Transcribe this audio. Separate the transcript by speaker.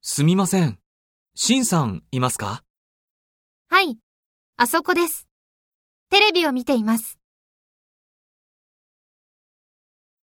Speaker 1: すみません。しんさんいますか
Speaker 2: はい。あそこです。テレビを見ています。